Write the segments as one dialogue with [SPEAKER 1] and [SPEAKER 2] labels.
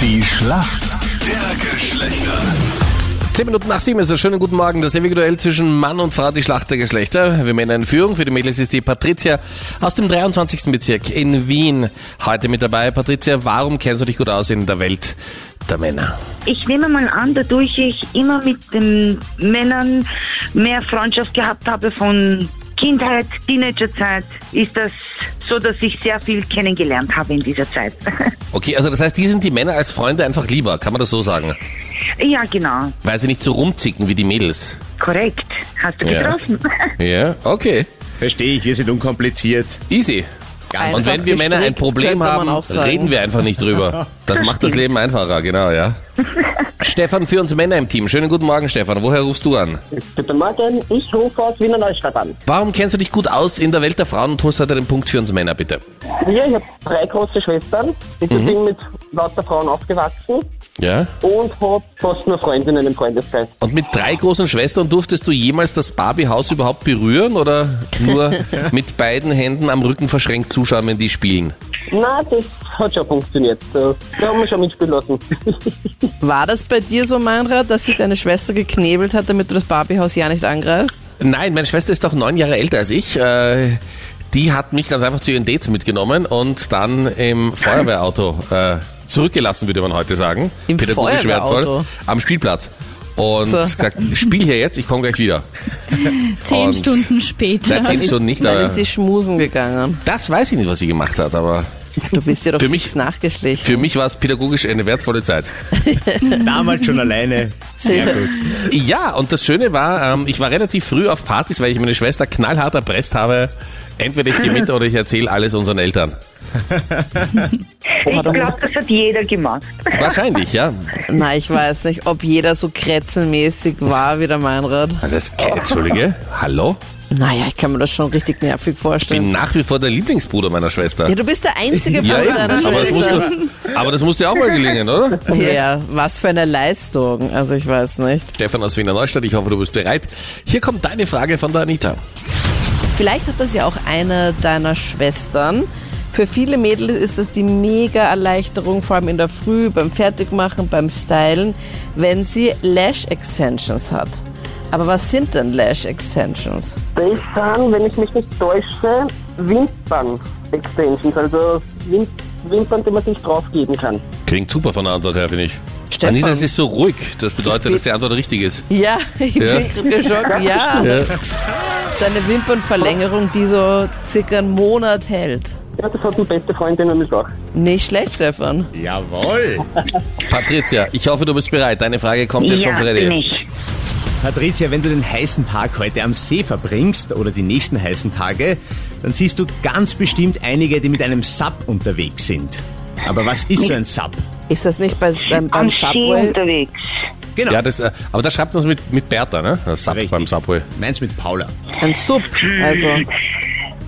[SPEAKER 1] Die Schlacht der Geschlechter.
[SPEAKER 2] Zehn Minuten nach sieben ist es. Schönen guten Morgen. Das ewige Duell zwischen Mann und Frau, die Schlacht der Geschlechter. Wir Männer in Führung. Für die Mädels ist die Patricia aus dem 23. Bezirk in Wien heute mit dabei. Patricia, warum kennst du dich gut aus in der Welt der Männer?
[SPEAKER 3] Ich nehme mal an, dadurch ich immer mit den Männern mehr Freundschaft gehabt habe von Kindheit, Teenagerzeit, ist das so, dass ich sehr viel kennengelernt habe in dieser Zeit.
[SPEAKER 2] Okay, also das heißt, die sind die Männer als Freunde einfach lieber. Kann man das so sagen?
[SPEAKER 3] ja, genau.
[SPEAKER 2] Weil sie nicht so rumzicken wie die Mädels.
[SPEAKER 3] Korrekt. Hast du
[SPEAKER 2] Ja.
[SPEAKER 3] getroffen?
[SPEAKER 2] Ja, okay.
[SPEAKER 4] Verstehe ich, wir sind unkompliziert.
[SPEAKER 2] Easy.
[SPEAKER 4] Ganz
[SPEAKER 2] und
[SPEAKER 4] einfach
[SPEAKER 2] wenn wir Männer ein
[SPEAKER 5] gestrickt,
[SPEAKER 2] Problem
[SPEAKER 5] könnte man
[SPEAKER 2] haben,
[SPEAKER 5] auch sagen.
[SPEAKER 2] reden wir einfach nicht drüber. Das macht das Leben einfacher, genau, ja. Stefan für uns Männer im Team. Schönen guten Morgen, Stefan. Woher rufst du an?
[SPEAKER 6] Guten Morgen, ich rufe aus Wiener Neustadt an.
[SPEAKER 2] Warum kennst du dich gut aus in der Welt der Frauen und holst heute den Punkt für uns Männer, bitte?
[SPEAKER 6] Ja, ich habe drei große Schwestern. Ich bin mit lauter Frauen aufgewachsen
[SPEAKER 2] Ja.
[SPEAKER 6] und habe fast nur Freundinnen im Freundeskreis.
[SPEAKER 2] Und mit drei großen Schwestern durftest du jemals das Barbie-Haus überhaupt berühren oder nur mit beiden Händen am Rücken verschränkt zuschauen, wenn die spielen?
[SPEAKER 6] Na, das hat schon funktioniert. Da da haben wir schon mitspielen lassen.
[SPEAKER 5] War das bei dir so, Meinrad, dass sich deine Schwester geknebelt hat, damit du das Barbiehaus ja nicht angreifst?
[SPEAKER 2] Nein, meine Schwester ist doch neun Jahre älter als ich. Äh, die hat mich ganz einfach zu ihren Dates mitgenommen und dann im Feuerwehrauto äh, zurückgelassen, würde man heute sagen.
[SPEAKER 5] Im
[SPEAKER 2] Pädagogisch wertvoll.
[SPEAKER 5] Feuerwehrauto?
[SPEAKER 2] Am Spielplatz. Und
[SPEAKER 5] So.
[SPEAKER 2] gesagt, spiel hier jetzt, ich komme gleich wieder.
[SPEAKER 7] Zehn
[SPEAKER 2] Und-
[SPEAKER 7] Stunden später.
[SPEAKER 2] Nein, zehn Stunden nicht,
[SPEAKER 5] Dann
[SPEAKER 2] aber
[SPEAKER 5] ist sie schmusen gegangen.
[SPEAKER 2] das weiß ich nicht, was sie gemacht hat, aber
[SPEAKER 5] Du bist ja doch
[SPEAKER 2] Für
[SPEAKER 5] für
[SPEAKER 2] mich-
[SPEAKER 5] mich nachgeschlichen.
[SPEAKER 2] für mich war es pädagogisch eine wertvolle Zeit.
[SPEAKER 4] Damals schon alleine. Sehr gut.
[SPEAKER 2] Ja, und das Schöne war, ähm, ich war relativ früh auf Partys, weil ich meine Schwester knallhart erpresst habe. Entweder ich gehe mit oder ich erzähle alles unseren Eltern.
[SPEAKER 3] Ich glaube, das hat jeder gemacht.
[SPEAKER 2] Wahrscheinlich, ja.
[SPEAKER 5] Na, ich weiß nicht, ob jeder so kretzenmäßig war wie der Meinrad.
[SPEAKER 2] Also, das, Entschuldige, hallo?
[SPEAKER 5] Naja, ich kann mir das schon richtig nervig
[SPEAKER 2] bin
[SPEAKER 5] vorstellen.
[SPEAKER 2] nach wie vor der Lieblingsbruder meiner Schwester.
[SPEAKER 5] Ja, du bist der einzige
[SPEAKER 2] Ja,
[SPEAKER 5] Bruder
[SPEAKER 2] eben.
[SPEAKER 5] deiner
[SPEAKER 2] aber, das
[SPEAKER 5] Schwester.
[SPEAKER 2] musste, aber das musste auch mal gelingen, oder?
[SPEAKER 5] Ja, was für eine Leistung. Also ich weiß nicht.
[SPEAKER 2] Stefan aus Wiener Neustadt, ich hoffe, du bist bereit. Hier kommt deine Frage von der Anita.
[SPEAKER 5] Vielleicht hat das ja auch eine deiner Schwestern. Für viele Mädels ist das die mega Erleichterung, vor allem in der Früh, beim Fertigmachen, beim Stylen, wenn sie Lash Extensions hat. Aber was sind denn Lash Extensions?
[SPEAKER 6] Das sind, wenn ich mich nicht täusche, Wimpern-Extensions, also Wim Wimpern, die man sich draufgeben kann.
[SPEAKER 2] Klingt super von der Antwort her, finde ich.
[SPEAKER 5] Stefan.
[SPEAKER 2] Anita, es ist so ruhig. Das bedeutet, dass die Antwort richtig ist.
[SPEAKER 5] Ja, ich
[SPEAKER 2] Ja.
[SPEAKER 5] bin gerade geschockt. Ja.
[SPEAKER 2] Ja.
[SPEAKER 5] Seine Wimpernverlängerung, die so circa einen Monat hält.
[SPEAKER 6] Ja, das hat eine beste Freundin nämlich auch.
[SPEAKER 5] Nicht schlecht, Stefan.
[SPEAKER 4] Jawohl.
[SPEAKER 2] Patricia, ich hoffe, du bist bereit. Deine Frage kommt jetzt
[SPEAKER 3] ja,
[SPEAKER 2] von
[SPEAKER 3] bin
[SPEAKER 2] Freddy.
[SPEAKER 3] ich.
[SPEAKER 4] Patricia, wenn du den heißen Tag heute am See verbringst oder die nächsten heißen Tage, dann siehst du ganz bestimmt einige, die mit einem Sub unterwegs sind. Aber was ist so ein Sub?
[SPEAKER 5] Ist das nicht bei, ähm, beim,
[SPEAKER 3] Am
[SPEAKER 5] beim
[SPEAKER 3] See
[SPEAKER 5] Subway?
[SPEAKER 3] unterwegs.
[SPEAKER 4] Genau.
[SPEAKER 2] Ja, das, äh, aber da schreibt man es mit, mit Bertha, ne? Das Sub
[SPEAKER 4] Richtig.
[SPEAKER 2] beim Subway.
[SPEAKER 4] Meins mit Paula.
[SPEAKER 5] Ein Sub. Also,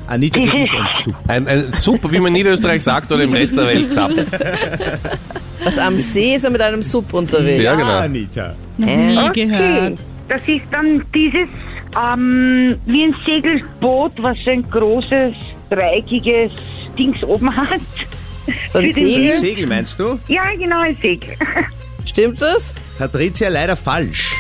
[SPEAKER 4] Anita, für dich ein Sub.
[SPEAKER 2] Ein, ein Sub, wie man in Niederösterreich sagt, oder im Rest der Welt Sub.
[SPEAKER 5] was am See ist er mit einem Sub unterwegs.
[SPEAKER 2] Ja, genau.
[SPEAKER 4] Ah, Anita.
[SPEAKER 7] Noch nie gehört.
[SPEAKER 3] Das ist dann dieses, ähm, wie ein Segelboot, was so ein großes, dreieckiges Dings oben hat.
[SPEAKER 5] Ein
[SPEAKER 3] Für den
[SPEAKER 5] Segel?
[SPEAKER 4] Segel meinst du?
[SPEAKER 3] Ja, genau, ein Segel.
[SPEAKER 5] Stimmt das?
[SPEAKER 4] Patricia, leider falsch.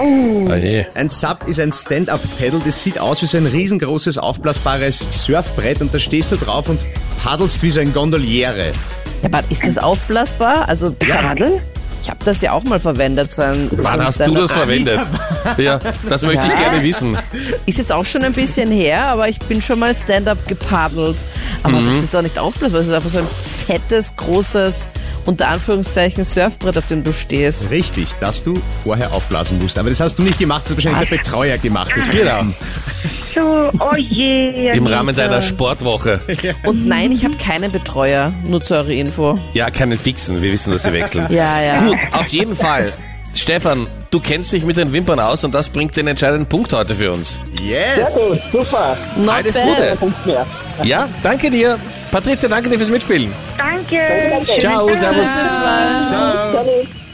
[SPEAKER 2] Oh je.
[SPEAKER 4] Ein Sub ist ein Stand-Up-Pedal, das sieht aus wie so ein riesengroßes, aufblasbares Surfbrett und da stehst du drauf und paddelst wie so ein Gondoliere.
[SPEAKER 5] Ja, aber ist das aufblasbar? Also
[SPEAKER 3] Radl?
[SPEAKER 5] ich habe das ja auch mal verwendet. So ein, so
[SPEAKER 2] Wann
[SPEAKER 5] ein
[SPEAKER 2] hast du das
[SPEAKER 5] Stand-up.
[SPEAKER 2] verwendet? Ja, das möchte ich gerne wissen.
[SPEAKER 5] Ist jetzt auch schon ein bisschen her, aber ich bin schon mal Stand-up gepaddelt.
[SPEAKER 2] Mhm.
[SPEAKER 5] Aber das ist doch nicht aufblasbar, das ist einfach so ein fettes, großes, unter Anführungszeichen, Surfbrett, auf dem du stehst.
[SPEAKER 4] Richtig, dass du vorher aufblasen musst. Aber das hast du nicht gemacht, das hat wahrscheinlich der Betreuer gemacht.
[SPEAKER 6] Ah.
[SPEAKER 4] Das
[SPEAKER 2] Genau.
[SPEAKER 3] So, oh je.
[SPEAKER 2] Im Rahmen deiner Sportwoche.
[SPEAKER 5] Und nein, ich habe keinen Betreuer, nur zur eure Info.
[SPEAKER 2] Ja, keinen fixen. Wir wissen, dass sie wechseln.
[SPEAKER 5] Ja, ja.
[SPEAKER 2] Gut, auf jeden Fall. Stefan, du kennst dich mit den Wimpern aus und das bringt den entscheidenden Punkt heute für uns.
[SPEAKER 4] Yes!
[SPEAKER 6] Sehr gut, super.
[SPEAKER 5] Not
[SPEAKER 2] Alles
[SPEAKER 5] bad.
[SPEAKER 2] Gute.
[SPEAKER 6] Punkt mehr.
[SPEAKER 2] Ja, danke dir. Patricia, danke dir fürs Mitspielen.
[SPEAKER 3] Danke.
[SPEAKER 2] Ciao,
[SPEAKER 3] Schönen Tag.
[SPEAKER 2] servus.
[SPEAKER 5] Zwei.
[SPEAKER 6] Ciao.